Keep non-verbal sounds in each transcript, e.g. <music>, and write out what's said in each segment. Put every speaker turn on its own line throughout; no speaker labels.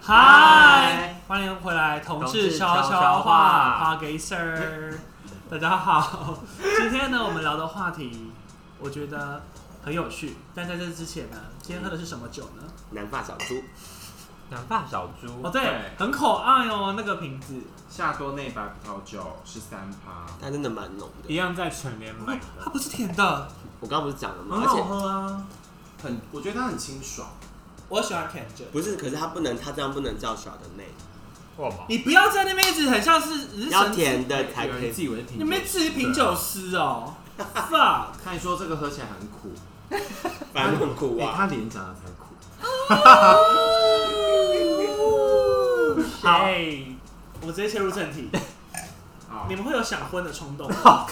嗨
嗨，
欢迎回来，同
同
志
志
悄
悄
悄话
悄话
p o d c
<laughs>
a 大家好，今天呢，我们聊的话题，我觉得很有趣。但在这之前呢，今天喝的是什么酒呢？
南发小猪，
染发小猪
哦，对
对，
很可爱哦，那个瓶子，
夏多内白葡萄酒十三趴，
它真的蛮浓
嗯
一
的。
样在全联买
它
的，
不是甜的，
我刚刚不是讲了吗？
很
而
好
且
喝啊。
很，我觉得它很清爽。
我喜欢甜酒，
不是，可是它不能，它这样不能叫小的内，
哇嘛，
你不要在那边一直很像是只是
要
神
甜的才可
有人自
以。
以为是品啊
你们自己品酒师哦
<laughs>
，fuck。
看你说这个喝起来很苦，
反正很苦
哎
啊。
它脸长得才苦。
好，我直接切入正题。
好
你，们会有想婚的冲动吗？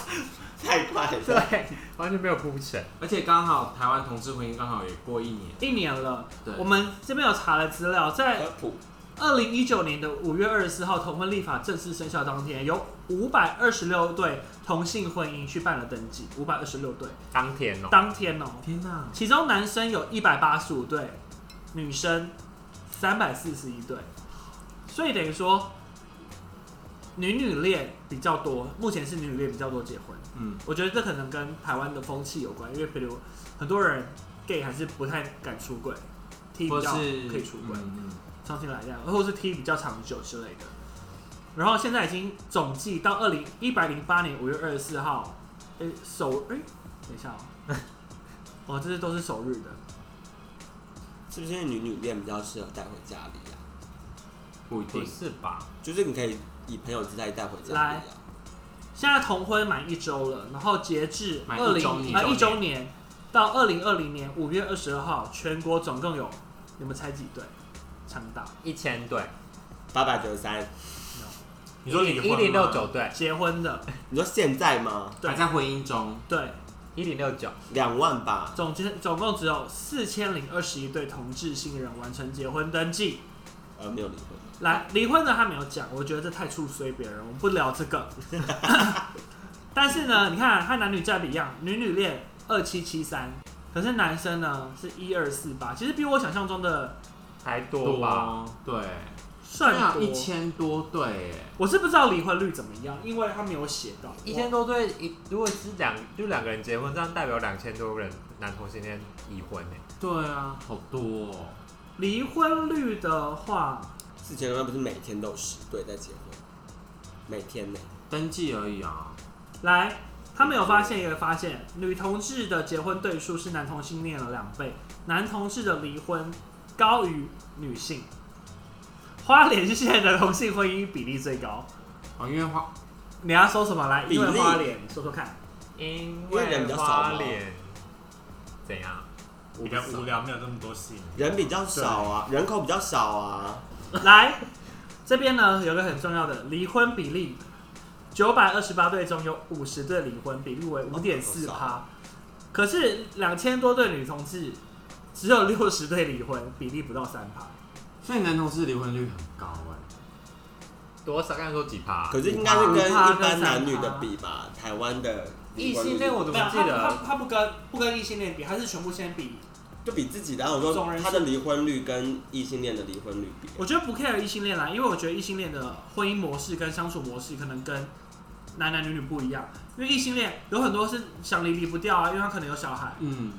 太快了。
<laughs> 对，完全没有铺陈，
而且刚好台湾同志婚姻刚好也过一年，
一年了，
对
我们这边有查了资料，在
科普，
二零一九年的五月二十四号同婚立法正式生效当天，有五百二十六对同性婚姻去办了登记，五百二十六对，
当天哦，
当天哦、
天哪，
其中男生有一百八十五对，女生三百四十一对，所以等于说女女恋比较多，目前是女女恋比较多结婚。
嗯，
我觉得这可能跟台湾的风气有关，因为比如很多人 gay 还是不太敢出轨，T 比
或
较
是
可以出轨，
嗯
相亲来这样，或是 T 比较长久之类的。然后现在已经总计到二零一百零八年五月二十四号，诶、首诶、等一下哦， <laughs> 哦，这些都是首日的，
是不是因为女女恋比较适合带回家里啊？
不一
不
定。
是吧？
就是你可以以朋友之态带回家里
来
啊。
现在同婚满一周了，然后截至
满
二
一
零
周
啊
年
一周年到二零二零年五月二十二号，全国总共有你们猜几对？长大
一千对，
八百九十三，
你说离婚
一零六九
吗
对，
结婚的，
你说现在吗？
对
还在婚姻中，
对，
一零六九，
两万吧，
总结总共只有四千零二十一对同志新人完成结婚登记。
呃，没有离婚。
来，离婚的他没有讲，我觉得这太触衰别人，我们不聊这个。但是呢，你看他男女占比一样，女女恋二七七三，可是男生呢是一二四八，其实比我想象中的
还多
啊
吧？？
对，对
算
啊，
多。
一千多对，哎
我是不知道离婚率怎么样，因为他没有写到。
一千多对，一如果是两就两个人结婚，这样代表两千多个人男同性恋已婚欸呢。
对啊，好多哦。
离婚率的话，
四千多万不是每天都有十对在结婚，每天呢？
登记而已啊，
来，他们有发现一个发现，女同志的结婚对数是男同性恋的两倍，男同志的离婚高于女性。花莲县的同性婚姻比例最高，
哦，因为花
你要说什么来？
比
因
例
为花莲，说说看。
因
因为人比较少嘛
花莲怎样？
比较无
聊，没有这么多戏。
人比较少啊，人口比较少啊。
来，这边呢有个很重要的离婚比例，九百二十八对中有五十对离婚，比例为五点四
哦
趴
好。
可是两千多对女同志，只有六十对离婚，比例不到三趴。
所以男同事离婚率很高哎、
多少？刚才说几趴？
可是应该是跟
五趴
一
啊跟
般男女
三啊趴
的比吧，台湾的离
异
婚率
性恋我怎
没有，
么记
他他
得？
他不跟不跟异性恋比，他是全部先比。
就比自己的啊，我说
总人数
他的离婚率跟异性恋的离婚率比，
我觉得不 care 异性恋啦，因为我觉得异性恋的婚姻模式跟相处模式可能跟男男女女不一样，因为异性恋有很多是想离离不掉啊，因为他可能有小孩。
嗯，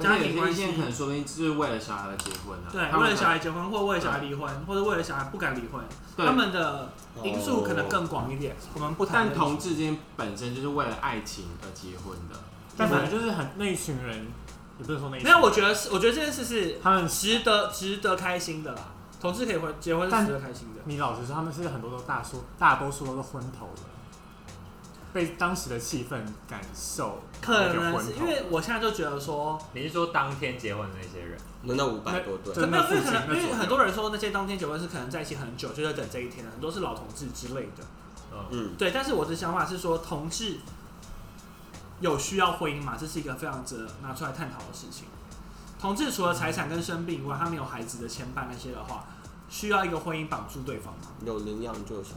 家
家
庭
庭
关
关
系
系可能说不定就是为了小孩而结婚啊。
对，
他们
为了小
可能
孩结婚，或为了小孩离婚，或者为了小孩不敢离婚，
对
他们的
哦
因素可能更广一点。我们不谈
但
论
同志间本身就是为了爱情而结婚的，
但
我
反
们
正
就是很那一群人，也不是说那
没有，我觉得是，我觉得这件事是
他们，
值得值得开心的啦。同志可以婚结婚是
但
值得开心的。
你老实说，他们是很多都大数，大多数都是昏头的，被当时的气氛感受
可
那个
能
昏
是
头
因为我现在就觉得说，
你是说当天结婚的那些人？
轮到五百多对
那。
可没有，因为可能
那附近那左
因
右
为很多人说那些当天结婚是可能在一起很久，就在等这一天，很多是老同志之类的。
嗯，
嗯，
对，但是我的想法是说，同志有需要婚姻嘛？这是一个非常值得拿出来探讨的事情。同志除了财产跟生病以外，他没有孩子的牵绊那些的话，需要一个婚姻绑住对方吗？
有领养就有小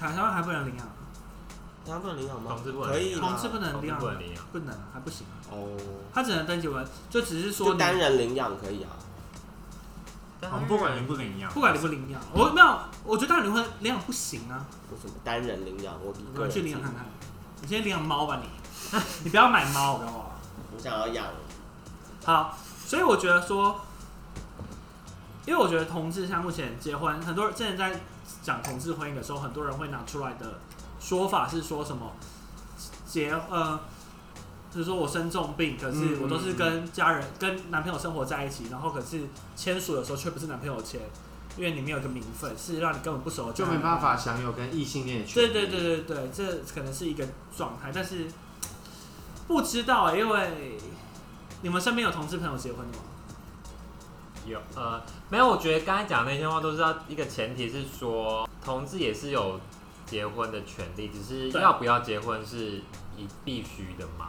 孩，
台湾还不能领养，
他不能领养吗？
同志不能
可以
领
啦
同志不能领养，
不能领养
不能还不行啊，
哦，
他只能登记完，就只是说
就
你
单人领养可以啊。
但
我
他
们不管领不领养，
不管领不领养，我没有，我觉得领婚领养不行啊，
为什么单人领养？我比
我
个
要
人
去领养
自己
看看。你先领养猫吧你， <laughs> 你不要买猫，给我。
我想要养，
好，所以我觉得说，因为我觉得同志像目前结婚，很多人之前在讲同志婚姻的时候，很多人会拿出来的说法是说什么结呃，就是说我生重病，可
嗯
是我都是跟家人、跟男朋友生活在一起，然后可是签署的时候却不是男朋友签，因为里面有一个名分是让你根本不熟的，
就没办。法享有跟异性恋的权
对
利。
对对对对，这可能是一个状态，但是不知道、欸因为你们身边有同志朋友结婚的吗？
有呃，没有，我觉得刚才讲的那些话都是要一个前提是说，同志也是有结婚的权利，只是
对
要不要结婚是一必须的嘛，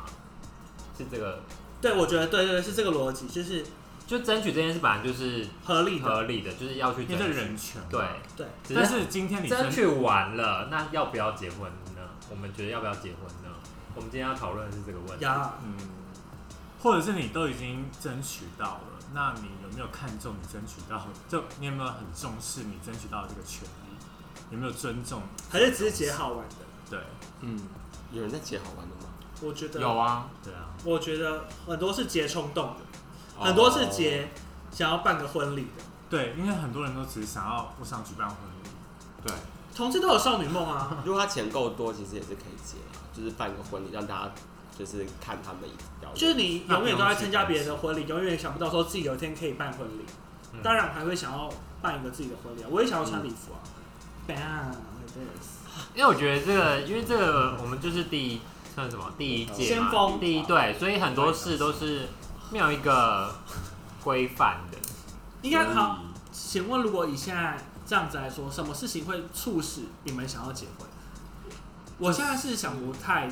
是这个，
对，我觉得对对对，是这个逻辑，就是
就争取这件事本来就是
合理的。
合理的，就是要去
因为
争
这
取，
人权。
对，，
对，
只
但是今天你
争
生
取完了，那要不要结婚呢？我们觉得要不要结婚呢？我们今天要讨论的是这个问题。
呀，
嗯，或者是你都已经争取到了，那你有没有看重你争取到？就你有没有很重视你争取到的这个权利？有没有尊重？
还是只是结好玩的。
对
嗯，
有人在结好玩的吗？
我觉得
有啊，
对啊，
我觉得很多是结冲动的，很多是结想要办个婚礼的。
对，因为很多人都只是想要我想举办婚礼，
对，
同志都有少女梦 <laughs> 啊，
如果他钱够多，其实也是可以结啊，就是办个婚礼，让大家就是看他们表演。
就是你永远都在参加别人的婚礼，永远想不到说自己有一天可以办婚礼。
嗯
当然还会想要办一个自己的婚礼啊，我也想要穿礼服啊。Bang，对
因为我觉得这个，因为这个我们就是第一，算什么第一届嘛
先锋
第一对，所以很多事都是没有一个规范的。
应该好。请问，如果以现在这样子来说，什么事情会促使你们想要结婚？我现在是想不太，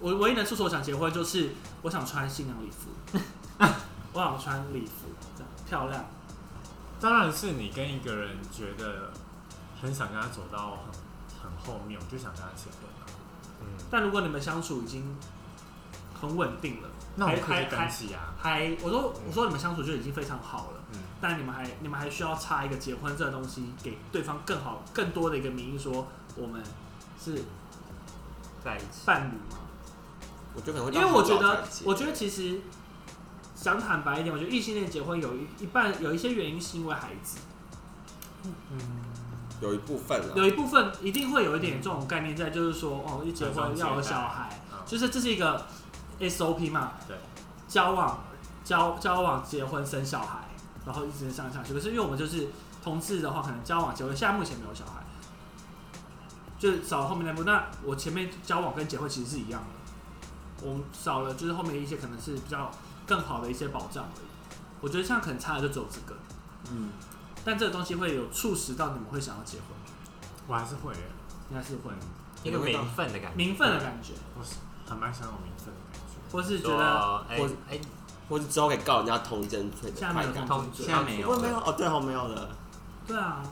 我唯一能促使我想结婚就是我想穿新娘礼服，
<laughs>
我想穿礼服，这样漂亮。
当然是你跟一个人觉得很想跟他走到很很后面，我就想跟他结婚了。
嗯，
但如果你们相处已经很稳定了，
那我
还
们可
还
以登
还
记啊。
还，我说我说你们相处就已经非常好了，
嗯
但你们还你们还需要插一个结婚这个东西给对方更好更多的一个名义，说我们是
在一起。
伴侣吗？
我觉得可能会
因
到
为我觉
很早
得
才结，
我觉得其实想坦白一点，我觉得异性恋结婚有一一半有一些原因是因为孩子，
有一部分啊，
有一部分一定会有一点这种概念在，就是说哦，一结婚要有小孩，
嗯
就是这是一个 SOP 嘛，
对，
交往交交往结婚生小孩，然后一直上下去。可是因为我们就是同志的话，可能交往结婚，现在目前没有小孩，就是少了后面那步。那我前面交往跟结婚其实是一样的，我们少了就是后面一些可能是比较更好的一些保障而已。我觉得像可能差的就只有这个，
嗯，
但这个东西会有促使到你们会想要结婚，
我还是会耶，
应该是会
一个名分的感觉，
名分的感觉，
我是还蛮想有名分的感觉。
或是觉
啊
啊得
说哎
我
哎，
或者之后可以告人家通奸罪的
下面
快
有
感。
同居
现，在没有
我
了
没有哦，对哦，没有了。
对啊，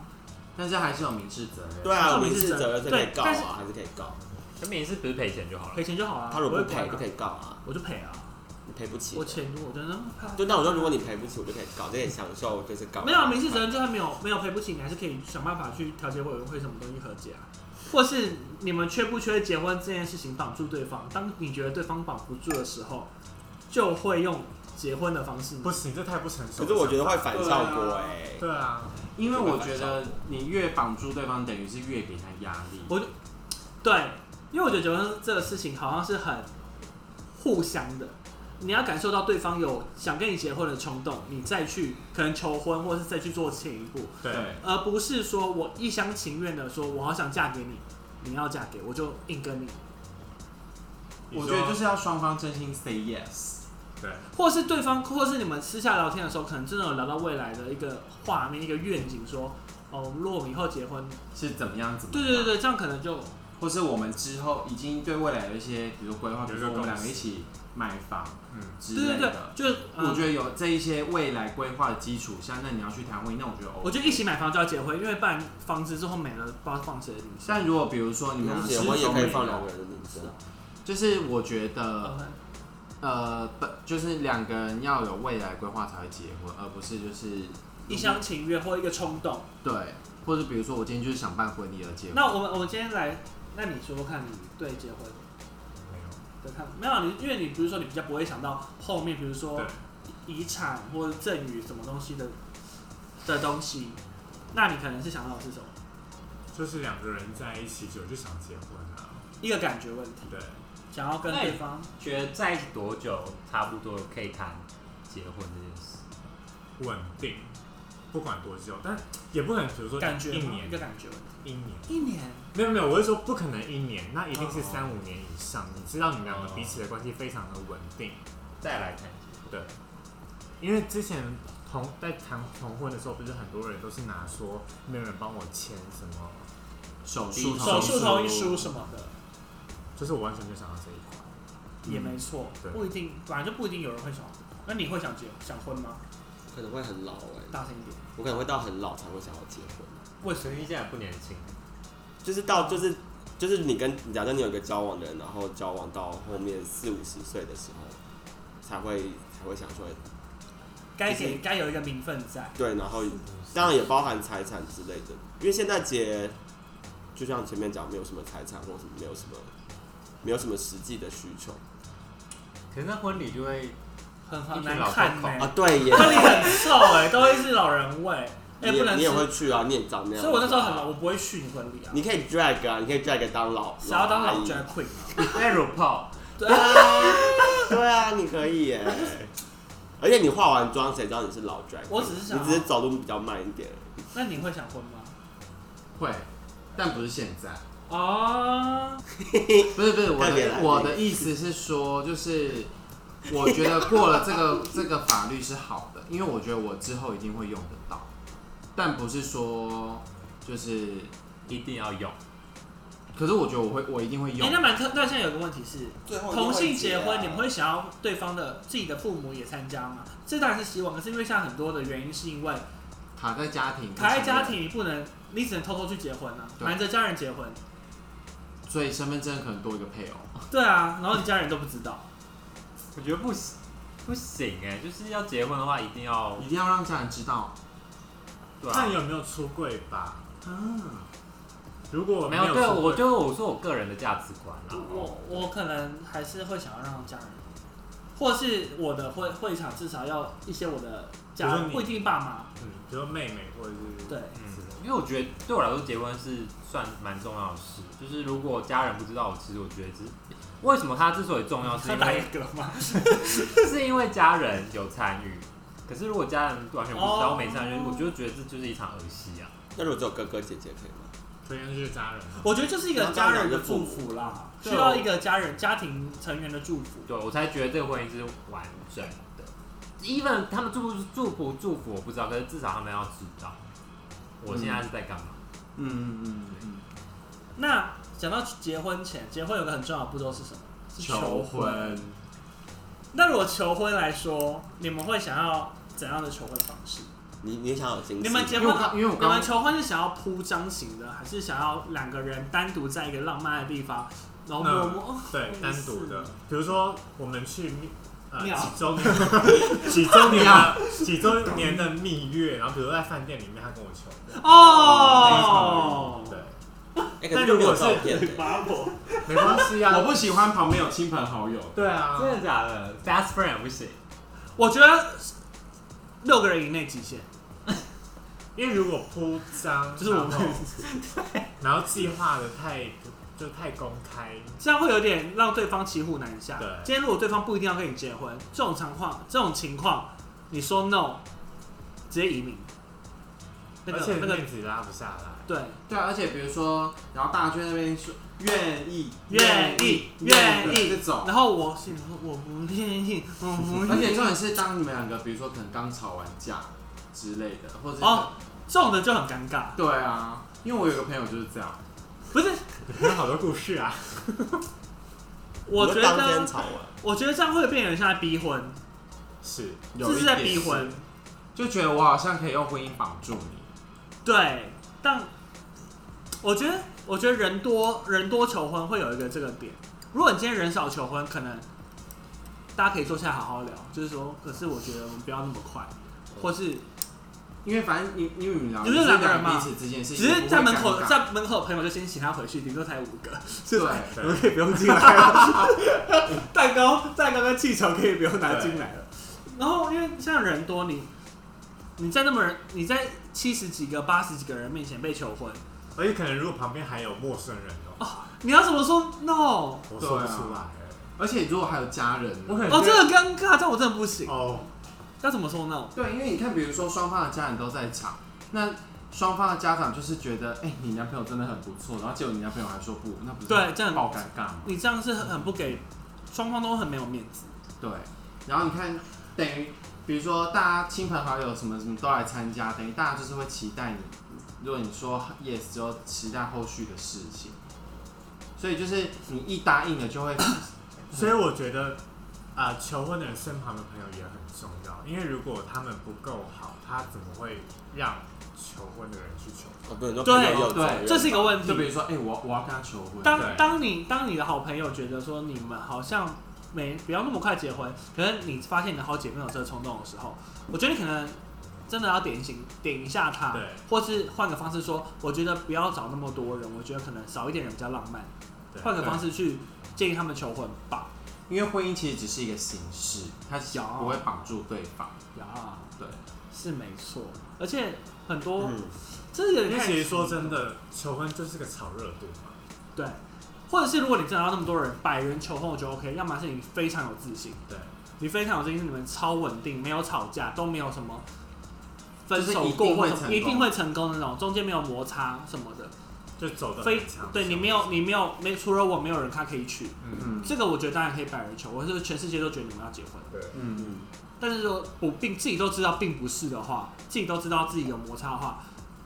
但是还是有民事责任。
对啊，
这种
民
是
事责任是可以
对
告
但是
啊，还是可以告。
那名是不是赔钱就好了？
赔钱就好了。啊
他如果不赔
我
就可
以，
以告啊，
我就赔啊。
你赔不起的。
我钱如果真的怕
对，那我说如果你赔不起，我就可以告，就可以享受就是告。
没有啊民事责任，就算没有没有赔不起，你还是可以想办法去调解委员会什么东西和解啊，或是你们缺不缺结婚这件事情绑住对方，当你觉得对方绑不住的时候，就会用结婚的方式。
不行，这太不成熟
可
了。
是我觉得会反效果哎、
对啊，
因为我觉得你越绑住对方，等于是越给他压力。
我对，因为我觉得结婚这个事情好像是很互相的，你要感受到对方有想跟你结婚的冲动，你再去可能求婚，或是再去做前一步。
对，
而不是说我一厢情愿的说，我好想嫁给你，你要嫁给我就硬跟你，
我觉得就是要双方真心 say yes。
对，
或是对方，或是你们私下聊天的时候，可能真的有聊到未来的一个画面、一个愿景，说哦，如果我们以后结婚，
是怎么样怎么
对
样，
对对对，这样可能就
或是我们之后已经对未来有一些，比如规划，比
有
如
一
说
个
我们两个
共识
一起买房
嗯，
之
对
类
对对
的，。
就是、呃
我觉得有这一些未来规划的基础下，那你要去谈婚姻，那我觉得 OK。
我觉得一起买房就要结婚，因为不然房子之后没了，不知道放谁的名下。
但如果比如说你
你
们
们
俩
结
是
婚也可以
双
放
人
两个人的名字啊，
就是我觉得呃
OK，
呃，本就是两个人要有未来规划才会结婚，而不是就是
一厢情愿或一个冲动。
对，或者比如说我今天就是想办婚礼而结婚，
那我们我们今天来，那你说说看你对结婚的看法？没有，啊你因为你比如说你比较不会想到后面，比如说
对
遗产或者赠与什么东西的的东西，那你可能是想到的是什么？
就是两个人在一起久就想结婚啊，
一个感觉问题，
对，
想要跟
那也
对方
觉得在一起多久差不多可以谈结婚这件事？
稳定，不管多久，但也不可能，比如说
感觉
一
吗一个
年
感觉问题，
一年。
一年
没有没有，我是说不可能一年，那一定
哦
是三五年以上。你知道你们两个彼此的关系非常的稳定，
再来谈结婚，
对。因为之前同在谈同婚的时候，不是很多人都是拿说没有人帮我签什么，
手
术
术
手术同意书
书
什么的。
就是我完全没有想到这一块。
也没错
嗯对，
不一定，本来就不一定有人会想。那你会想结想婚吗？
可能会很老哎、
大声一点，
我可能会到很老才会想要结婚，啊
我陈奕现在也不年轻，
就是到就是就是你跟假设你有一个交往的人，然后交往到后面四五十岁的时候，才会才会想说
该
就是
给该有一个名分在。
对，然后当然也包含财产之类的，因为现在结就像前面讲，没有什么财产或什么没有什么没有什么实际的需求
可是那婚礼就会
很
一
很
群
难
老
看
扣
呢、
扣
啊，对耶，
婚礼很臭 <laughs> 哎、都会是老人味，哎、
你
不
也
能
你
吃
也。会去啊，你也长那样，
所以我那时候很老，我，不会去你婚礼啊，
你可以 drag 啊，你可以 drag 当老，
想要当老
阿姨
drag queen 啊。
那 r u p a
对啊，
啊，对啊，你可以 <laughs> 耶。而且你化完妆，谁知道你是老 drag？
我只是想
你只是走路比较慢一点。
那你会想婚吗？
会，但不是现在，
哦，
不是不是我
特别来
的
宾
我的意思是说，就是我觉得过了这个这个法律是好的，因为我觉得我之后一定会用得到，但不是说就是，
一定要有，
可是我觉得我会我一定会
哎、
用
那，蛮特，那现在有个问题是，
最后
同性结婚，你们会想要对方的自己的父母也参加吗？这当然是希望，可是因为像很多的原因，是因为
卡在家庭，
卡在家，庭，你不能，你只能偷偷去结婚啊，
对
瞒着家人结婚。
所以身份证可能多一个配偶。
对啊，然后你家人都不知道。
我觉得不行，不行哎、就是要结婚的话一定要
一定要让家人知道。
对
看
啊。
有没有出柜吧。
啊
如果
没
有
有，
出
对
柜
我就我说我个人的价值观啦，哦
我我可能还是会想要让家人，或是我的会会场至少要一些我的家
比如说
人，
你
不一定爸妈。
嗯，比如说妹妹或者是
对，
嗯因为我觉得对我来说，结婚是算蛮重要的事。就是如果家人不知道，我其实我觉得只是为什么它之所以重要，是
他 <laughs>
因
打
为
一个嘛，
是因为家人有参与。可是如果家人完全不知
哦
道，我没参与，我就觉得这就是一场儿戏啊。
那如果只有哥哥姐姐可以吗？
推荐就是家人，
我觉得就是一个家人的祝福啦，需要
对
一个家人家庭成员的祝福。
对我才觉得这个婚姻是完整的。even 他们祝不祝福祝福我不知道，可是至少他们要知道我现在是在干嘛。
嗯嗯嗯
那讲到结婚前，结婚有个很重要的步骤是什么？是
求
婚。
婚，
那如果求婚来说，你们会想要怎样的求婚方式？
你你想有经济？
你们结
因为
婚
我刚因为我
你们
刚
求婚是想要铺张型的，还是想要两个人单独在一个浪漫的地方，然后默哦默、
对单独的，比如说我们去蜜呃
庙
几周年 <laughs> 几周年的几周年的蜜月，然后比如在饭店里面，他跟我求婚，
哦，
对，
哎，可是就没有照片的。
把我
没关系啊，我不喜欢旁边有亲朋好友。
对啊
真的假的？Best friend 不行，
我觉得六个人以内极限，
因为如果铺张，
就是我
然
们
后然后计划的太就太公开，
<laughs> 这样会有点让对方骑虎难下
对。
今天如果对方不一定要跟你结婚，这种情况这种情况，你说 no，直接移民。那
而
个
且
那个
面子拉不下来，
对，
对啊，而且比如说，然后大家就在那边说愿意
愿意愿意
这种，
然后我心里说我不愿意，我不愿意。
<laughs> 而且重点是当你们两个，比如说可能刚吵完架之类的，或者是
哦这种的就很尴尬，
对啊，因为我有个朋友就是这样，
不是？
有好多故事 <laughs> 啊，
我觉
你说当天
得
吵完，
我觉得这样会变成像在逼婚，
是
这
有一
是在
点
逼婚，
就觉得我好像可以用婚姻绑住你，
对，但我觉得，我觉得人多人多求婚会有一个这个点。如果你今天人少求婚，可能大家可以坐下来好好聊，就是说，可是我觉得我们不要那么快，或是
因为反正你因为你们聊，
只是两个人嘛
彼此之间是
只是在门口，
不会尴尬
在门口的朋友就先请他回去，顶多才五个，是吧？
对
你们可以不用进来了。 <laughs> 蛋糕、蛋糕跟气球可以不用拿进来了。然后因为像人多，你你在那么人，你在七十几个、八十几个人面前被求婚，
而且可能如果旁边还有陌生人的话，
你要怎么说 no？
我说不
对啊
出来欸。
而且如果还有家人呢，
我很
哦，这个尴尬，这样我真的不行。
哦，
要怎么说 no？
对，因为你看，比如说双方的家人都在场，那双方的家长就是觉得，哎、你男朋友真的很不错，然后结果你男朋友还说不，那不是
对这样
爆尴尬吗？
你这样是很很不给，双方都很没有面子。
对，然后你看，等于比如说大家亲朋好友什么什么都来参加，等于大家就是会期待你，如果你说 yes 之后，期待后续的事情。所以就是你一答应了就会，
所以我觉得啊、求婚的人身旁的朋友也很重要，因为如果他们不够好，他怎么会让求婚的人去求婚？
哦，不能说
对
朋友有责
对
任
这是一个问题
就比如说，哎、我我要跟他求婚，
当
对
当你当你的好朋友觉得说你们好像没不要那么快结婚，可是你发现你的好姐妹有这个冲动的时候，我觉得你可能真的要点醒点一下她
对，
或是换个方式说，我觉得不要找那么多人，我觉得可能少一点人比较浪漫，
对
换个方式去建议他们求婚吧。
因为婚姻其实只是一个形式，它
有
不会绑住对方。
呀，
对，
是没错，而且很多、
嗯，
这个有
因
点太
为其实说真的，求婚就是个炒热度嘛。
对。或者是如果你真的要那么多人百人求婚，我觉得 OK。要么是你非常有自信，
对，
你非常有自信，你们超稳定，没有吵架，都没有什么分
就是
手
一定
过
会
或什
成
么，
功
一定会成功的那种，中间没有摩擦什么的，
就走的
非
很长。
对你没有，你没有没除了我没有人他可以娶，
嗯，
嗯
这个我觉得当然可以百人求，我是全世界都觉得你们要结婚，
对，
嗯。
嗯
但是说不并自己都知道并不是的话，自己都知道自己有摩擦的话，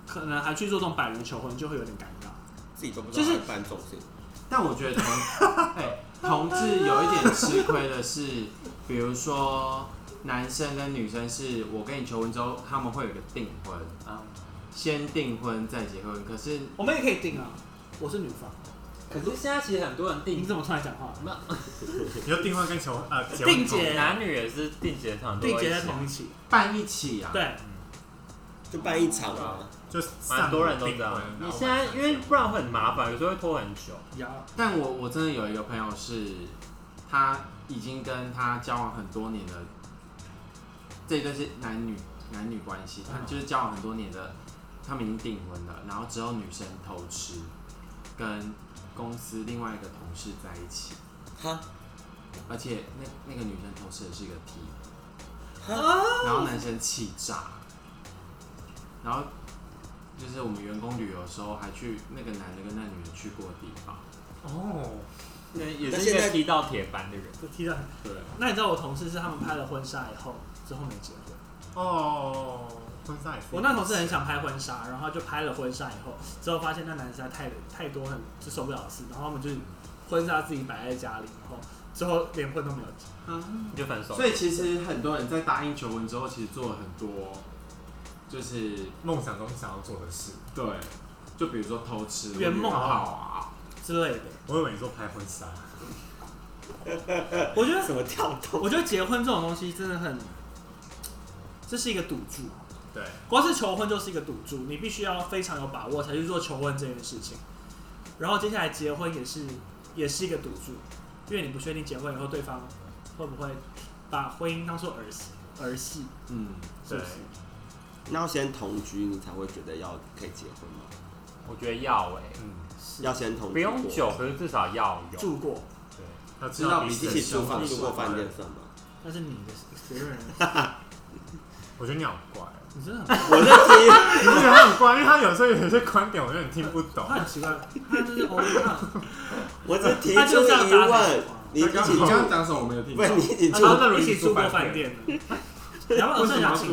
可能还去做这种百人求婚就会有点尴尬。
自己都不知
就
道
是
他在办这种事情，
但我觉得同 <laughs> 哎同志有一点吃亏的是，比如说男生跟女生是我跟你求婚之后，他们会有一个订婚，
嗯
啊，
先订婚再结婚。可是
我们也可以定啊，我是女方，
可是现在其实很多人
你
定
怎么突然讲话？
你就订婚跟求婚呃，结婚
定结啊
男女也是定结场都
定
会
结在
一起，啊
同一起，
办一起啊，
对，
就办一场啊，
就
蛮
上
多人都
订
这样
婚。。
你现在因为不然会很麻烦，有时候会拖很久。
呀，
但我我真的有一个朋友是，他已经跟他交往很多年的，这一对是男女男女关系，他就是交往很多年的，他们已经订婚了，然后只有女生偷吃，跟公司另外一个同事在一起，
哈
而且那那个女生偷吃的是一个 T，
哈，
然后男生气炸，然后就是我们员工旅游的时候还去那个男的跟那女的去过的地方，
哦，
那也
那
是一
现在
个踢到铁板的人。
这踢得很。
对，
那你知道我同事是他们拍了婚纱以后，之后没结婚。
哦，婚纱也是。
我那同事很想拍婚纱，然后就拍了婚纱以后，之后发现那男生太太多很就受不了的事，然后他们就婚纱自己摆在家里，然后之后连婚都没有结。
你就分手。
所以其实很多人在答应求婚之后，其实做了很多，就是
梦想中想要做的事。啊
对，就比如说偷吃、
圆梦
好
之类的。
我以为你说拍婚纱，
我觉得，
什么跳动？
我觉得结婚这种东西真的很，这是一个赌注。
对，
光是求婚就是一个赌注，你必须要非常有把握才去做求婚这件事情。然后接下来结婚也是也是一个赌注，因为你不确定结婚以后对方会不会把婚姻当做儿戏儿戏，
啊，嗯，
是不是？
那要先同居，你才会觉得要可以结婚吗？
我觉得要哎、
嗯，
是
要先同居，
不用久，，可是至少要有。
住过，
对，要
知道彼
一
此
起
生
住
活
房住过
习惯
饭店。算吗？
那是你的随便人，
我觉得你好怪哦，
你真的很
<laughs> 我在
你不觉得他很怪？因为他有时候有些观点我有点听不懂
他。很奇怪，他就是偶尔
提，我只提
他就
出
这样
疑
搭讪
问
我啊，
你一起
你
住
刚，刚讲什么我没有听
不
到
是？你一起住
他，那如
他
果
一起住过
住
饭
饭
店的，然后我正想请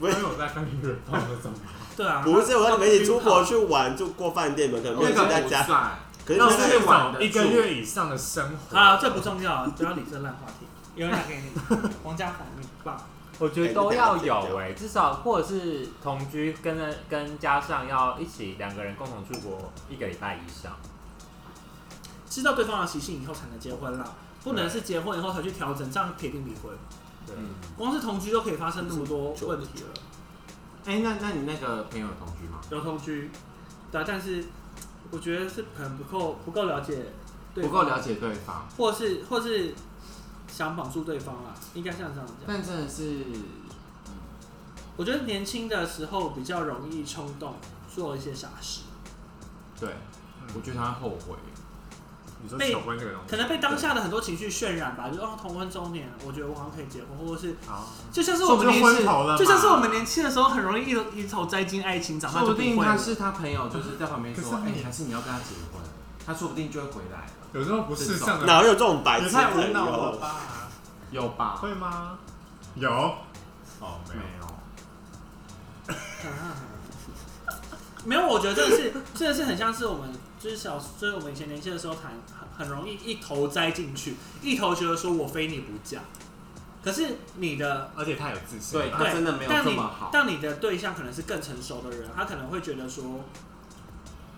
为什
离
么要住饭
开
店，
因为我在跟别人放那种，
对啊，
不是我要你们一起出国去玩，就过饭店，你们可能没
那
有
个
在
不
家，
算，
可是
要
那
是
个
那晚的
一个月以上的生活。
啊，这不重要，不要理这烂话题。有人打给你，王家红，你爸。
我觉得都要有哎、至少或者是同居跟着跟加上要一起两个人共同出国一个礼拜以上。
知道对方的习性以后才能结婚啦，不能是结婚以后才去调整，这样铁定离婚。
对，
嗯，
光是同居都可以发生那么多问题了，
哎、那那你那个朋友有同居吗？
有同居，对啊，但是我觉得是可能不够不够了解对
不
方，
够了解对方，
或是或是想绑住对方啦，应该像这样讲。
但真的是
我觉得年轻的时候比较容易冲动，做一些傻事，
对，我觉得他会后悔。
你说
被
求婚这个东西，
可能被当下的很多情绪渲染吧，就哦同婚周年，我觉得我好像可以结婚，或者是
啊，
就像是
说
我
不
们
定
年
昏头了嘛，
就像是我们年轻的时候很容易一头一头栽进爱情，长大
说
就
不
不
定
会
他
了。
是他朋友，就是在旁边
可
说，
是
哎、
你
还是你要跟他结婚，他说不定就会回来了，
有时候不是上的
哪有这种白
也
痴
太无
朋
脑了
友？
吧？
有吧？
会吗？有哦，没
没
有。
有，
没有，我觉得这个是这个是很像是我们就是小，就是我们以前年轻的时候谈，很很容易一头栽进去，一头觉得说我非你不嫁。可是你的
而且他有自信，
对他
对
真的没有
但
这
你
么好，
但你的对象可能是更成熟的人，他可能会觉得说，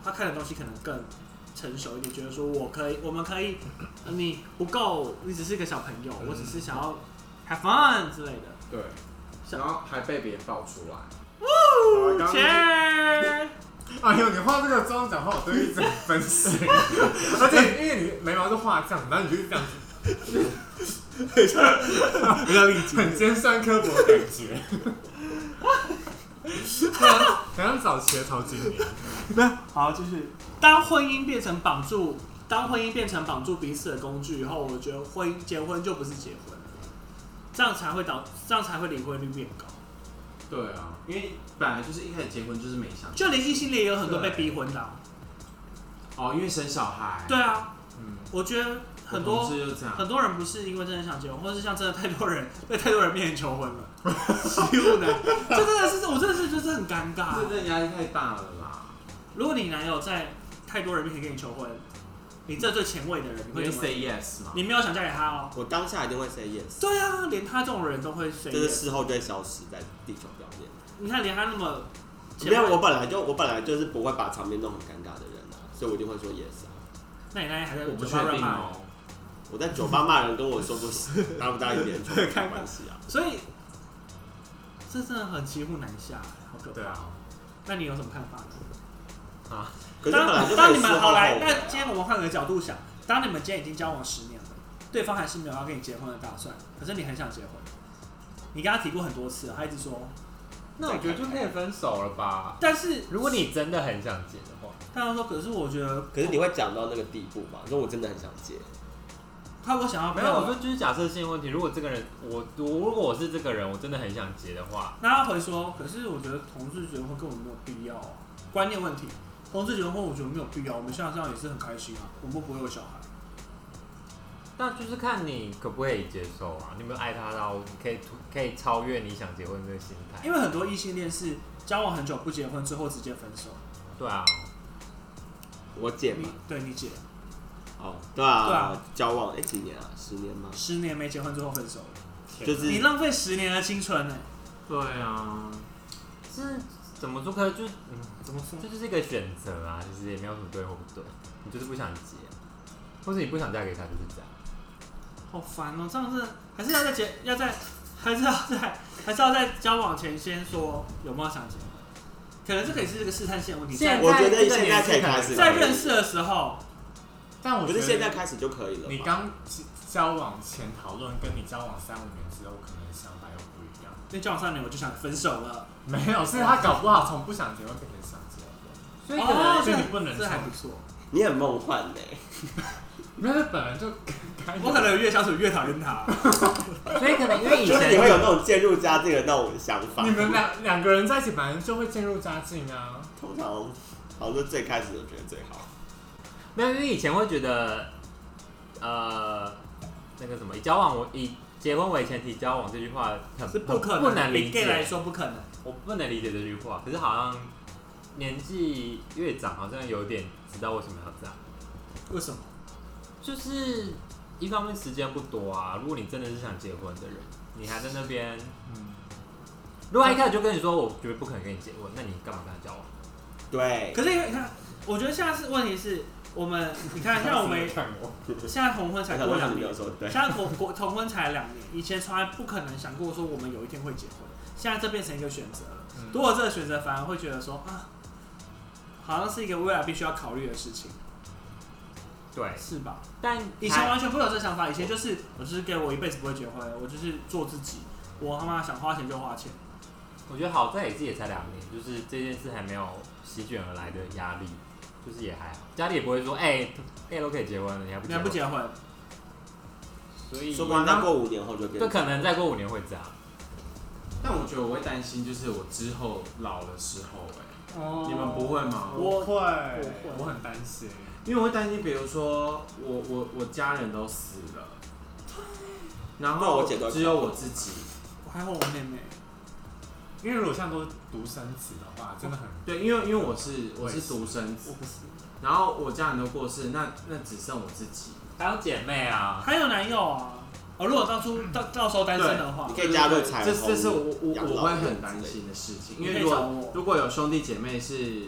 他看的东西可能更成熟一点，觉得说我可以，我们可以，呃你不够，你只是个小朋友，我只是想要 have fun 之类的。
对，然后还被别人爆出来，
好刚刚
切，
哎呦，你画这个妆讲话，我都一直很分 <laughs> 心，而且因为你眉毛是画这样，然后你就是这样子，
不要理解。
很尖酸刻薄的感觉，好像早期的陶晶莹，
好，继续。当婚姻变成绑住，当婚姻变成绑住彼此的工具以后，我觉得婚姻结婚就不是结婚，这样才会导，这样才会离婚率变高。
对啊，因为本来就是一开始结婚就是没想
就连异性恋也有很多被逼婚的啊、
哦，因为生小孩，
对啊，
嗯，
我觉得很
我
多
同事就这样，
很多人不是因为真的想结婚，或是像真的太多
<laughs>
人被太多人面前求婚了，几乎呢，这真的是我真的是就是很尴尬。
这真的压力太大了啦，
如果你男友在太多人面前跟你求婚，你这最前卫的人，你
你
会
会
怎么？
say yes 吗？
你没有想嫁给他哦。
我当下一定会 say yes，
对啊，连他这种人都会随
就是
便。
事后就会消失在地球表面。
你看，连他那么前
没有，
卫，
我本来就我本来就是不会把场面弄很尴尬的人啊，所以我一定会说 yes 啊。
那你那天还在
我不
酒
确
吧乱
定
骂
哦，
我在酒吧骂人，跟我说不行，答不答应别人就没关系
<laughs>
啊。
所以这真的很骑虎难下，好可怕。
对啊，
那你有什么看法呢？
可是本来
当
就
当
可
你
以事
们
后后
好来，
悔
那
啊
今天我们换个角度想，当你们今天已经交往十年了，对方还是没有要跟你结婚的打算，可是你很想结婚，你跟他提过很多次了，他一直说，
那我觉得就可以分手了吧？
但是
如果你真的很想结的话，
他说，可是我觉得，
可是你会讲到那个地步嘛？说我真的很想结，
他我想要
没有，我说
说，
就是假设性问题。如果这个人，我我如果我是这个人，我真的很想结的话，
那他回说，可是我觉得同志结婚根本没有必要、啊，观念问题，同志结婚我觉得没有必要，我们像这样也是很开心啊，我们不会有小孩。
那就是看你可不可以接受啊。你有没有爱他到你可以突可以超越你想结婚这个心态
因？为很多异性恋是交往很久不结婚之后直接分手，
对啊，
我姐
你
嘛。
对你姐
哦，
对
对啊
啊，
交往哎几年啊？十年吗？
十年没结婚之后分手了，
就
你
是
浪费十年的青春呢、欸
对啊，
是怎么说？可能就嗯，
怎么说
这就是一个选择啊，就是也没有什么对或不对，你就是不想结，啊或是你不想嫁给他，就是这样。
好烦哦、这样子还是要在结，要在，还是要在，还是要在交往前先说有没有想结婚。可能这可以是这个试探性的问题，在
我觉得现
这个
在
年纪
可以
可能
开始，
在认识的时候，
但我
不
觉
是
得
现在开始就可以了
你
嘛。
刚交往前讨论，跟你交往三五年之后，可能想法又不一样。
因为交往三年我就想分手了，
没有，是他搞不好从不想结婚变成想结婚，
所以可能
哦
所以
这
你不能
这还
说
不错。
你很梦幻呢，
没有，他本来就该
我可能越相处越讨厌他，
所以可能因为以
就是你会
前
有那种渐入佳境的那种想法
你。们两两个人在一起，本来就会渐入佳境啊。
通常好像是最开始的觉得最好。
没有，因为以前会觉得，呃，那个什么，以交往我以结婚为前提交往这句话很
是不
很
可能，
不 <laughs> 能理
以 gay 来
解，
说不可能。
我不能理解这句话。可是好像年纪越长，好像有点知道为什么要这样。
为什么？
就是一方面时间不多啊，如果你真的是想结婚的人，你还在那边，
嗯，
如果他一开始就跟你说我绝对不可能跟你结婚，那你干嘛跟他交往？
对，
可是因为你看，我觉得现在是问题是，我们你看，像
<laughs>
我们
看我，
现在同婚才
想
过
到
两
很
年
有，时候对
现，在同同同婚才两年，以前从来不可能想过说我们有一天会结婚，现在这变成一个选择了。如果这个选择，反而会觉得说啊，好像是一个未来必须要考虑的事情，
对，
是吧？
但
以前完全不会有这想法，以前就是我就是给我一辈子不会结婚，我就是做自己，我他妈想花钱就花钱。
我觉得好在也是也才两年，就是这件事还没有席卷而来的压力，就是也还好，家里也不会说，哎、哎、都可以结婚了，你还不
你还不
婚，
结婚，
所以
说不定再过五年后就变
这可能再过五年会这样。
但我觉得我会担心，就是我之后老的时候、哎、
哦
你们不会吗？
我
会，
会
我很担心。
因为我会担心，比如说我我我家人都死了，然
那
后
我姐都
只有我自己，
我还有我妹妹，
因为如果像都是独生子的话，真的很
对，因为因为我是我
我也
是
是
独生子
我，不是，
然后我家人都过世，那那只剩我自己，
还有姐妹啊，
还有男友啊。哦，如果当初到到时候单身的话
你，可以加入彩
这
虹，
这是我我
养老
我会
院
很
之
担
类的
心的事情，
你
因
可
为
以
如
找
果
我。
如果有兄弟姐妹是，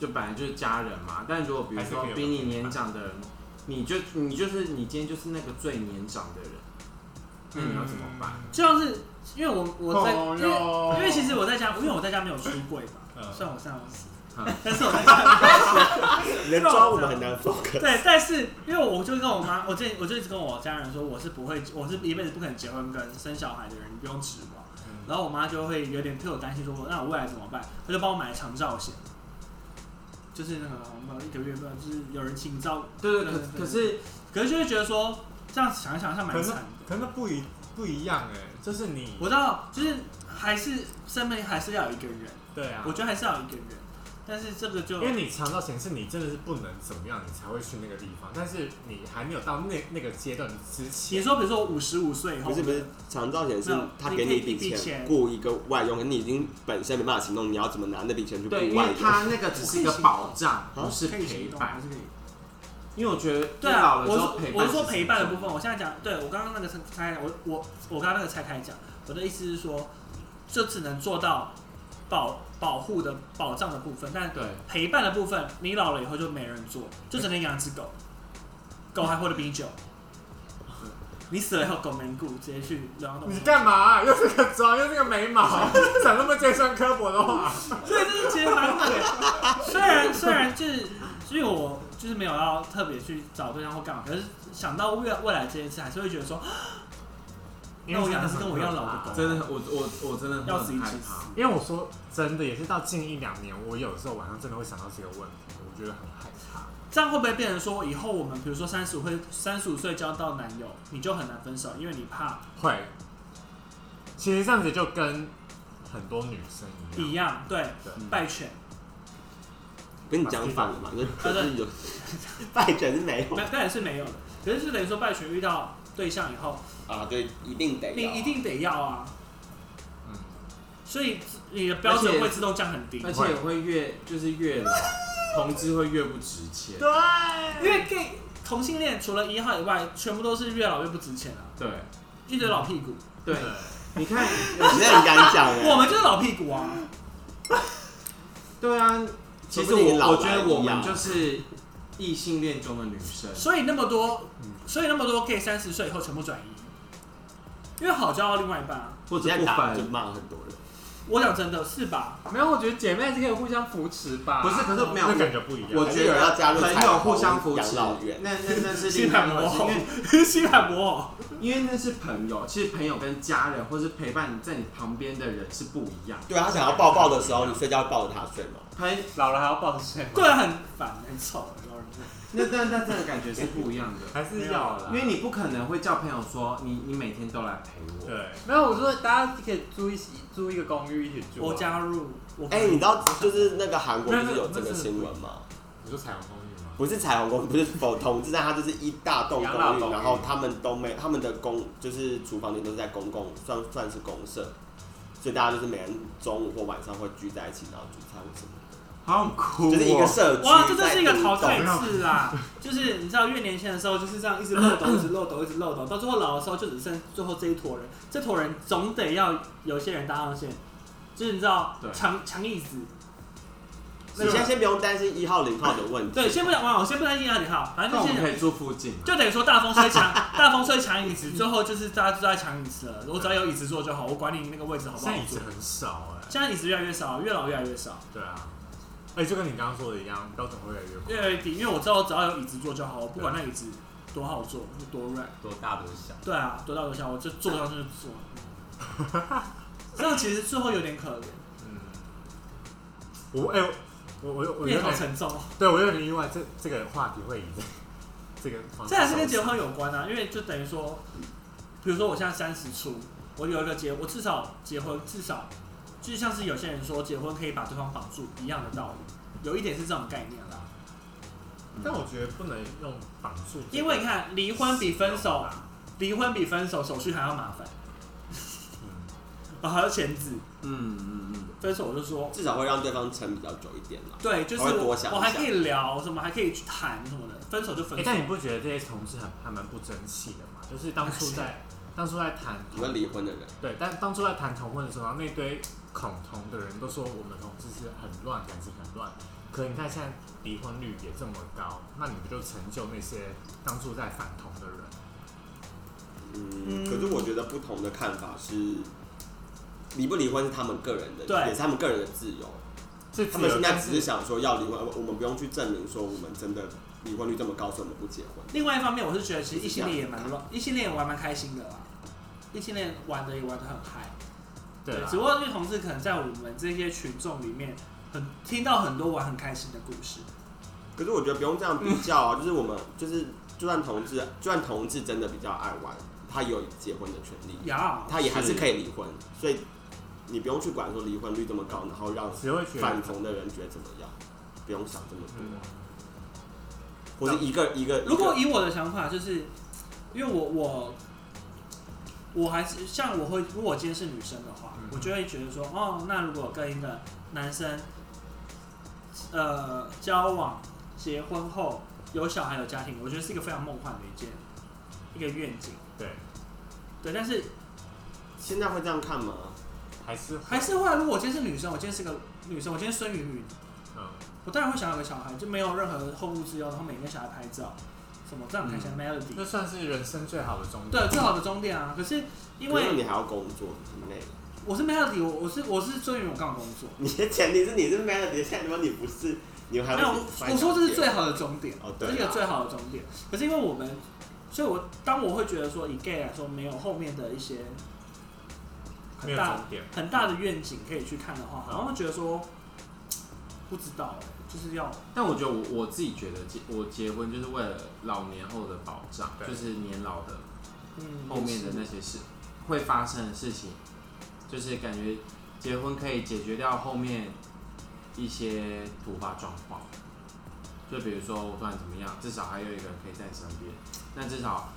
就本来就是家人嘛，但如果比如
还是
说
可以有
比你
个陪伴
年长的人，你就你就是你今天就是那个最年长的人，那你要怎么办？
就像是因为我我在因为
哟
因为其实我在家，因为我在家没有出柜嘛，
嗯
虽然我上了死
嗯，
但是我在家
你的妆我们很难 focus。
对，但是因为我就跟我妈，我这我就一直跟我家人说，我是不会，我是一辈子不可能结婚跟生小孩的人，你不用指望。然后我妈就会有点替我担心，说我那我未来怎么办？她就帮我买了长照险，就是那个我们一个月不知道，就是有人请照，
对对，
对
可
对对
可是
可是就会觉得说这样想一想，像蛮
可是
惨的。
可是那不一不一样哎、就是你
我知道，就是还是身边还是要有一个人，
对啊
我，觉得还是要有一个人，但是这个就
因为你肠道显示你真的是不能怎么样，你才会去那个地方，但是你还没有到那那个阶段之
你
前，
说，比如说我五十五岁以后，
不是不是，长照险是他给你一笔钱雇一个外佣，可是你已经本身没办法行动，你要怎么拿那笔钱去雇外啊
对，因为
佣？
他那个只是一个保障，
我
不是
可以
陪
行动
伴
还。是可以？
因为我觉得
对
老
啊，
了
我
之
是
后陪
我
伴，
是说陪伴的部分，，我现在讲，对我刚刚那个拆，我我我刚刚那个拆开讲，我的意思是说，就只能做到保保护的保障的部分，但
对，
陪伴的部分，你老了以后就没人做，就只能养只狗，狗还活得比你久。你死了以后，狗没人顾，直接去流浪动物
你
园。
干嘛、啊 <laughs> 又是个妆，又是个眉毛，讲那么尖酸刻薄
<laughs>
的话，
所以这是其实蛮苦的。虽然虽然就是，所以我就是没有要特别去找对象或干嘛，可是想到未未来这件事，还是会觉得说，那我养的是跟我一样老的狗，
真的，我我我真的
要死
很
一
害
起
怕
死。。
因为我说真的，也是到近一两年，我有时候晚上真的会想到这个问题，我觉得很害怕。
这样会不会变成说，以后我们比如说三十五岁三十五岁交到男友，你就很难分手，因为你怕
会，其实这样子就跟很多女生一
一
样，
样对
嗯
败犬，
跟你讲反了嘛，就是有败犬是没有
那那也是没有的。可是就等于说败犬遇到对象以后，
啊，对，一定得
你一定得要啊，
嗯，
所以你的标
而且
准会自动降很低。
而且也会越就是越老，同志会越不值钱。
因为 gay 同性恋除了一号以外，全部都是越老越不值钱啊，
对
一堆老屁股。
对，你看，
你这很敢讲
我
哎，
们就是老屁股啊，
对啊，其实
说不定
我
你老
我
了
觉得我
一
们
样
就是异性恋中的女生，
所以那么多
嗯，
所以那么多 gay 三十岁以后全部转移，因为好交到另外一半啊。
或
你
者
在
不
打就
分。
骂很多人，
我讲真的是吧？
没有，我觉得姐妹还是可以互相扶持吧。
不是，可是没有
那，感觉不一样。
我觉得
要加入
朋
彩
友
虹
互相扶
养
持，
老
那
院
那那 <laughs> 是啊
西
另外
海
一回
魔
事，因
吼
为，
西海魔吼，
因为那是朋友，其实朋友跟家人或是陪伴你在你旁边的人是不一样。
对啊，他想要抱抱的时候，你睡觉抱着他睡嘛，
朋
老了还要抱着睡吗？
对，很烦，很丑，老人家
那那那这个感觉是不一样的，
还是要啦
因，为你不可能会叫朋友说你你每天都来陪我。
对，
没有，我说大家可以租一起租一个公寓一起住啊。
我加入，我
哎、你知道就是那个韩国不是有这个新闻吗？
你说彩虹公寓吗？
不是彩虹公寓，不是否同志，但它就是一大栋公
养老
寓，
公寓
然后他们都没他们的公就是厨房间都是在公共算算是公社，所以大家就是每人中午或晚上会聚在一起，然后聚餐什么的，
好想哭哦
就是一个社区。
哇，这真是一个淘汰
在独栋
制啦！就是你知道，越年轻的时候就是这样一直漏斗，一直漏斗，一直漏斗，到最后老的时候就只剩最后这一坨人。这坨人总得要有些人搭上线，就是你知道
对
强强椅子，
你现在先不用担心一号零号的问题。
对，先不讲完，我先不担心压力好，反
那
正
我
就
们可
是
以住附近嘛，
就等于说大风吹墙， <laughs> 大风吹墙椅子，最后就是大家都在抢椅子了。我只要有椅子坐就好，我管你那个位置好不
现
好
在椅子
坐。
很少哎、
现在椅子越来越少，越老越来越少，
对啊，哎、就跟你刚刚说的一样，标准会越来越高。
越来越低。因为我知道只要有椅子坐就好，我不管那椅子多好坐，多软。
多大多小，
对啊，多大多小，我就坐上去就坐。这样其实最后有点可怜，
嗯，我哎、我我我
变
有
好
点，
沉重哦。
对我有点意外，这这个话题会以这这个方式
这还是跟
收
结
拾
婚有关啊，因为就等于说，比如说我现在三十出，我有一个结，我至少结婚至少，就像是有些人说结婚可以把对方绑住一样的道理，有一点是这种概念啦。
但我觉得不能用绑住这个，
因为你看，离婚比分手，离婚比分手手续还要麻烦，
嗯
啊还要签字。
嗯嗯嗯，
分手我就说，
至少会让对方撑比较久一点啦。
对，就是
还会
我
多想一下
我还可以聊什么，还可以去谈什么的，分手就
哎、
分手
但。你不觉得这些同事很还蛮不争气的吗？就是当初在当初在谈
你们离婚的人，
对，但当初在谈同婚的时候，然后那堆恐同的人都说我们同志是很乱，感情很乱。可你看现在离婚率也这么高，那你不就成就那些当初在反同的人？
嗯，可是我觉得不同的看法是，离不离婚是他们个人的，
对
也是他们个人的自由。
是
他们现在只是
是
想说要离婚，我我们不用去证明说我们真的离婚率这么高，所以我们不结婚。
另外一方面，我是觉得其实异性恋也蛮
啊
乱，异性恋玩蛮开心的啦，异性恋玩的也玩的很嗨。
对啊
只不过因为同志可能在我们这些群众里面，很听到很多玩很开心的故事。
可是我觉得不用这样比较 <laughs> 啊，就是我们就是就算同志，啊就算同志真的比较爱玩，他也有结婚的权利，
呀，
他也还是可以离婚，所以你不用去管说离婚率这么高，然后让
只会觉
反
得，
同的人觉得怎么样，不用想这么多，
嗯，
或者一个一个
如果
一
以我的想法，就是因为我我我还是像我会，如果我今天是女生的话，
嗯
我就会觉得说，哦，那如果跟一个男生呃交往、结婚后有小孩、有家庭，我觉得是一个非常梦幻的一件一个愿景。
对，
对，但是
个现在会这样看吗？
还是
还是会啊，如果我今天是女生，我今天是个女生，我今天生于女
嗯，
我当然会想要有个小孩，就没有任何后顾之忧，然后每天小孩拍照，什么这样很
嗯
开心、melody，
那算是人生最好的终点。
对，最好的终点啊。可是因
可是
为
你还要工作，很累。
我是 melody，我我是我是尊于我刚好工作，
<laughs> 你的前提是你是 Melody，现在如果你不是，你还
没
会
有我我说这是最好的终点，
哦
这
对啊
是一个最好的终点。可是因为我们，所以我当我会觉得说以 gay 来说没有后面的一些
没
很
有
大
终点。
很大的愿景可以去看的话，好像会觉得说不知道、欸，就是要
但我觉得我我自己觉得结我结婚就是为了老年后的保障，
对
就是年老的
嗯
后面的那些事会发生的事情，就是感觉结婚可以解决掉后面一些突发状况，就比如说我突然怎么样，至少还有一个人可以在你身边，那至少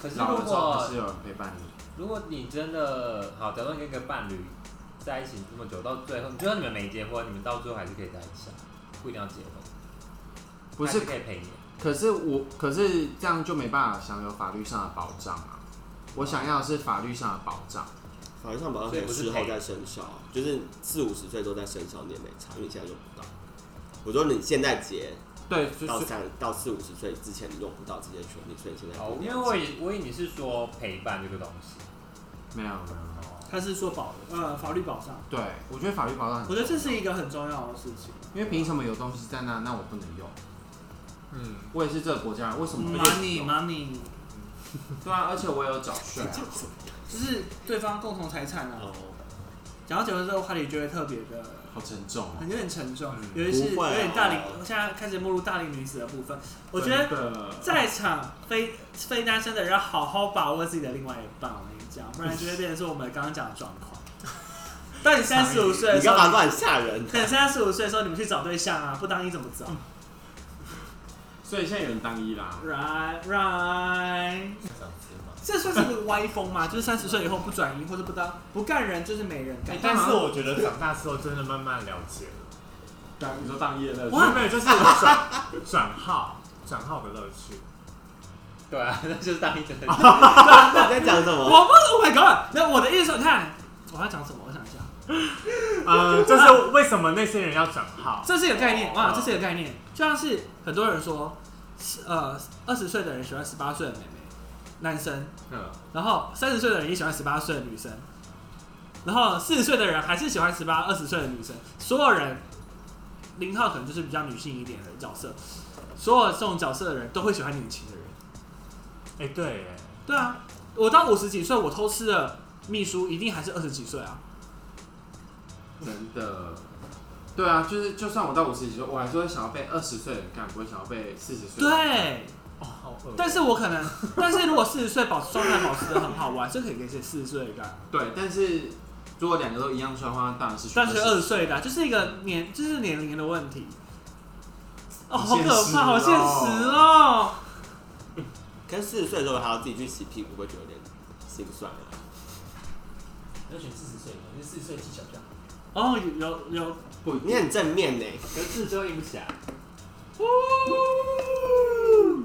可是
老
如
了之后
果
还是有人陪伴你。
如果你真的好，假如跟一个伴侣在一起这么久，到最后，就算你们没结婚，你们到最后还是可以在一起啊，不一定要结婚，
不
还
是
是，可以陪你。啊
可是我，可是这样就没办法享有法律上的保障啊！我想要的是法律上的保障。
法律上保障可以事后再生效啊，就是四五十岁都在生效，你也没差，因为你现在用不到。我说你现在结
对，就
到
是
三到四五十岁之前，你用不到这些权利，所以现在
哦，
不
因为我以我以为你是说陪伴这个东西，
没有没有没有。
他是说保呃法律保障，
对，我觉得法律保障很
我觉得这是一个很重要的事情。
因为凭什么有东西在那，那我不能用？
嗯，
我也是这个国家人，为什么不能
money
用？
money，
对啊，而且我也有缴税啊。
就是对方共同财产啊。
哦，
讲到结婚这个话题，觉得特别的，
好沉重哦。
很有点沉重
嗯，
尤其是
不
有
会啊
点大龄，我现在开始没入大龄女子的部分。我觉得
得
在场非非单身的人要好好把握自己的另外一半，我跟你讲，不然就会变成是我们刚刚讲的状况。当你三十五岁的
你
时
干嘛
候，
乱吓
<laughs>
人？
等三十五岁的时候，你们去找对象啊，不当一怎么找
所以现在有人当一啦。
？Right, right。
想吃吗？
这算是个歪风吗？ <laughs> 就是三十岁以后不转移或者不当不干人就是没人干
哎。但是我觉得长大之后真的慢慢了解了，
当你说当一的乐趣
哇
没有，就是转转号转号的乐趣。
<laughs> 对啊，那就是当一真
你
的。
在讲什么？
我不，Oh my God！那我的意思，你看，我要讲什么？我想一下，
呃，这是为什么那些人要转号？
这是一个概念哇，这是一个概念，就像是很多人说，呃，二十岁的人喜欢十八岁的妹妹，男生，
嗯，
然后三十岁的人也喜欢十八岁的女生，然后四十岁的人还是喜欢十八、二十岁的女生。所有人，零号可能就是比较女性一点的角色，所有这种角色的人都会喜欢年轻的人。
哎，对，哎
对啊，我到五十几岁，我偷吃的秘书一定还是二十几岁啊。
真的。对啊，就是就算我到五十几岁，我还是会想要被二十岁的人干，不会想要被四十岁的人
对，
哦，好恶
但是我可能，但是如果四十岁保状态保持的很好，我还是可以给这四十岁的干。
对。但是如果两个都一样帅的话，当然是
但是二
20
十岁的啊、就是一个年，就是年龄的问题。哦，好
现
可
实
怕，好现实哦。
可是四十岁的时候还要自己去洗屁股，会觉得有点心酸啊。
要选四十岁的，因为四十岁技巧比较好。
哦，有有有，
不一定
你很正面呢，
可是四十岁又硬不起来，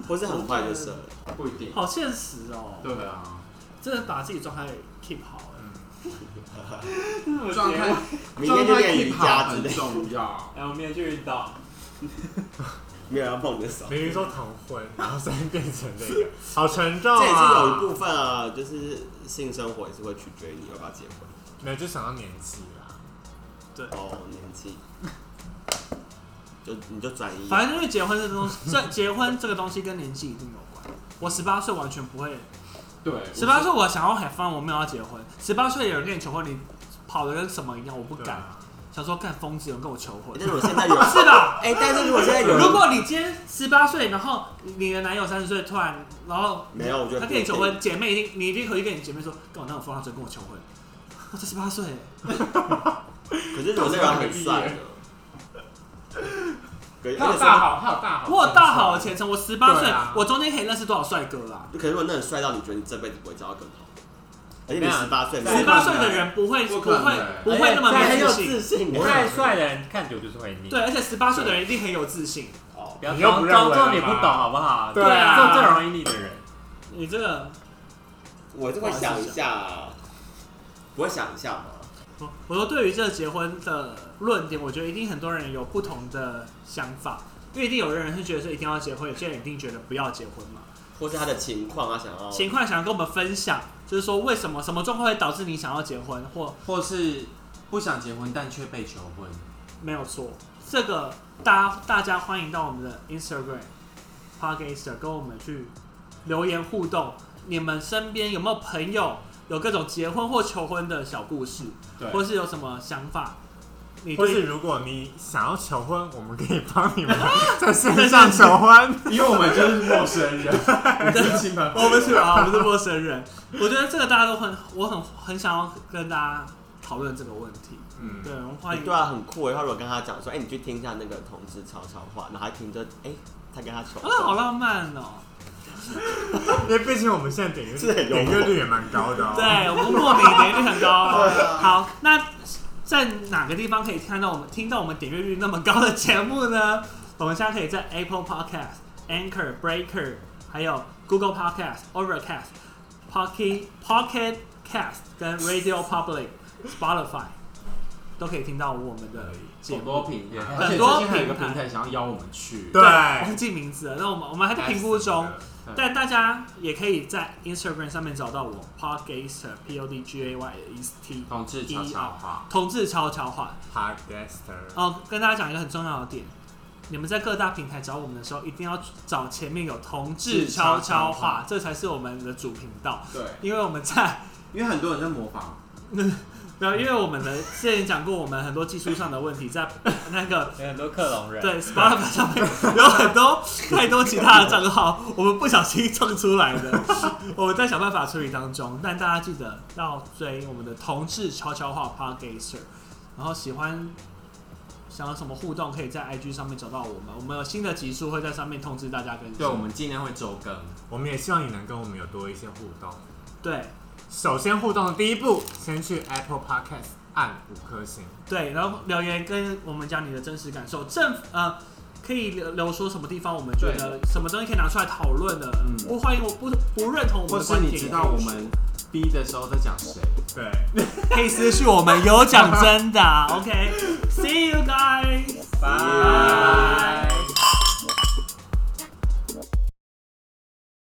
不是很快就射了。
不一定。
好现实哦，
对啊，
真的把自己状态 keep 好哎。
状态
明天就
状态
练瑜
keep 好
伽之类
很，重要。
哎，我明天去晕倒，
没有人要碰你的手。
明明说同婚，然后现在变成这个，好沉重
这也是有一
啊！
部分啊，就是性生活也是会取决于你要不要结婚。
没有，就想到年纪啦。
哦，年纪，就你就转
<laughs>
移。
反正因为结婚这东西，这结婚这个东西跟年纪一定有关。我十八岁完全不会，
对，
十八岁我想要很放，我没有要结婚。十八岁有人跟你求婚，你跑的跟什么一样，我不
对
敢。
啊
想说干疯子有人跟我求婚
但，是我现在有，
是吧？
哎，但是如果现在
啊
有人，
如果你今天十八岁，然后你的男友三十岁，突然然后
没有，我觉得
他
不
跟
一
你
定
求婚，姐妹一定你一定回去跟你姐妹说，跟我那种疯他真跟我求婚，我才十八岁欸。
可是如果那个人很帅呢？可是
他
而
有
且
大
说，
好，他有大好，
我有大好的前程，我十八岁
对啊，
我中间可以认识多少帅哥啦？
可是如果那人帅到你觉得你这辈子不会交到更好的，而且
没
你
有
十八岁，
十八岁的人不会
啊不
不
可能
会
欸
不会那么
很
没
有
自
自
信，
信的，
太帅的人看久就是会腻。
对，，而且十八岁的人一定很有自信。
哦，
不要
你又不
装
认为
装作你
了
不
吗
懂好不好？
对啊
这种最容易腻的人，
你这个，
我就会想一下，不会想一下吗？
我我说对于这个结婚的论点，我觉得一定很多人有不同的想法，因为一定有的人是觉得说一定要结婚，有些人一定觉得不要结婚嘛。
或是他的情况啊，想要
情况想要跟我们分享，就是说为什么什么状况会导致你想要结婚，或
或是不想结婚但却被求婚，
没有错，这个大大家欢迎到我们的 Instagram Podcaster 跟我们去留言互动。你们身边有没有朋友有各种结婚或求婚的小故事，
对
或是有什么想法？你
或
对
是如果你想要求婚，我们可以帮你们在线上求婚。
因为我们就是陌生
<laughs>
人，是亲朋
我们是啊，我们是陌生人。 <laughs> 我觉得这个大家都很，我很很想要跟大家讨论这个问题。
嗯，
对，我们欢迎
对啊，很酷欸。他如果跟他讲说，哎、你去听一下那个同志悄悄话，然后他听着，哎、他跟他求
啊，好浪漫哦、
因为毕竟我们现在点阅
是很幽默
点阅率也蛮高的哦。
对，我们莫名点阅率很高。好，那在哪个地方可以看到我们听到我们点阅率那么高的节目呢？我们现在可以在 Apple Podcast、Anchor、Breaker，还有 Google Podcast、Overcast、Pocket Pocket Cast 跟 Radio Public、Spotify 都可以听到我们的节
很
目
多。平台，而且
很
最
多
近还有一个
平台
平台想要邀我们去，
对
忘记名字了。那我们我们还在评估中。但大家也可以在 Instagram 上面找到我 Podgaster P O D G A Y S T
同志悄悄话，
同志悄悄话。
，Podcaster，
哦，跟大家讲一个很重要的点，你们在各大平台找我们的时候，一定要找前面有同志悄悄话，这才是我们的主频道。
对，
因为我们在， <laughs>
因为很多人在模仿，
没有，因为我们的之前讲过，我们很多技术上的问题，在那个
有很多克隆人。
对 Spotify 上面有很多太多其他的账号，我们不小心创出来的，我们在想办法处理当中。但大家记得要追我们的同志悄悄话 Podcaster，然后喜欢想要什么互动，可以在 IG 上面找到我们。我们有新的集数会在上面通知大家更
对，我
新。
们尽量会周更，
我们也希望你能跟我们有多一些互动。
对
首先互动的第一步，先去 Apple Podcast 按五颗星。
对，然后留言跟我们讲你的真实感受，正呃。可以留留说什么地方我们觉得什么东西可以拿出来讨论的，
嗯
不欢迎我不不认同我
或
们的
是
观点，
你知道我们 B 的时候在讲谁？
对，
可以私讯我们，有奖真的。OK，see you guys，拜。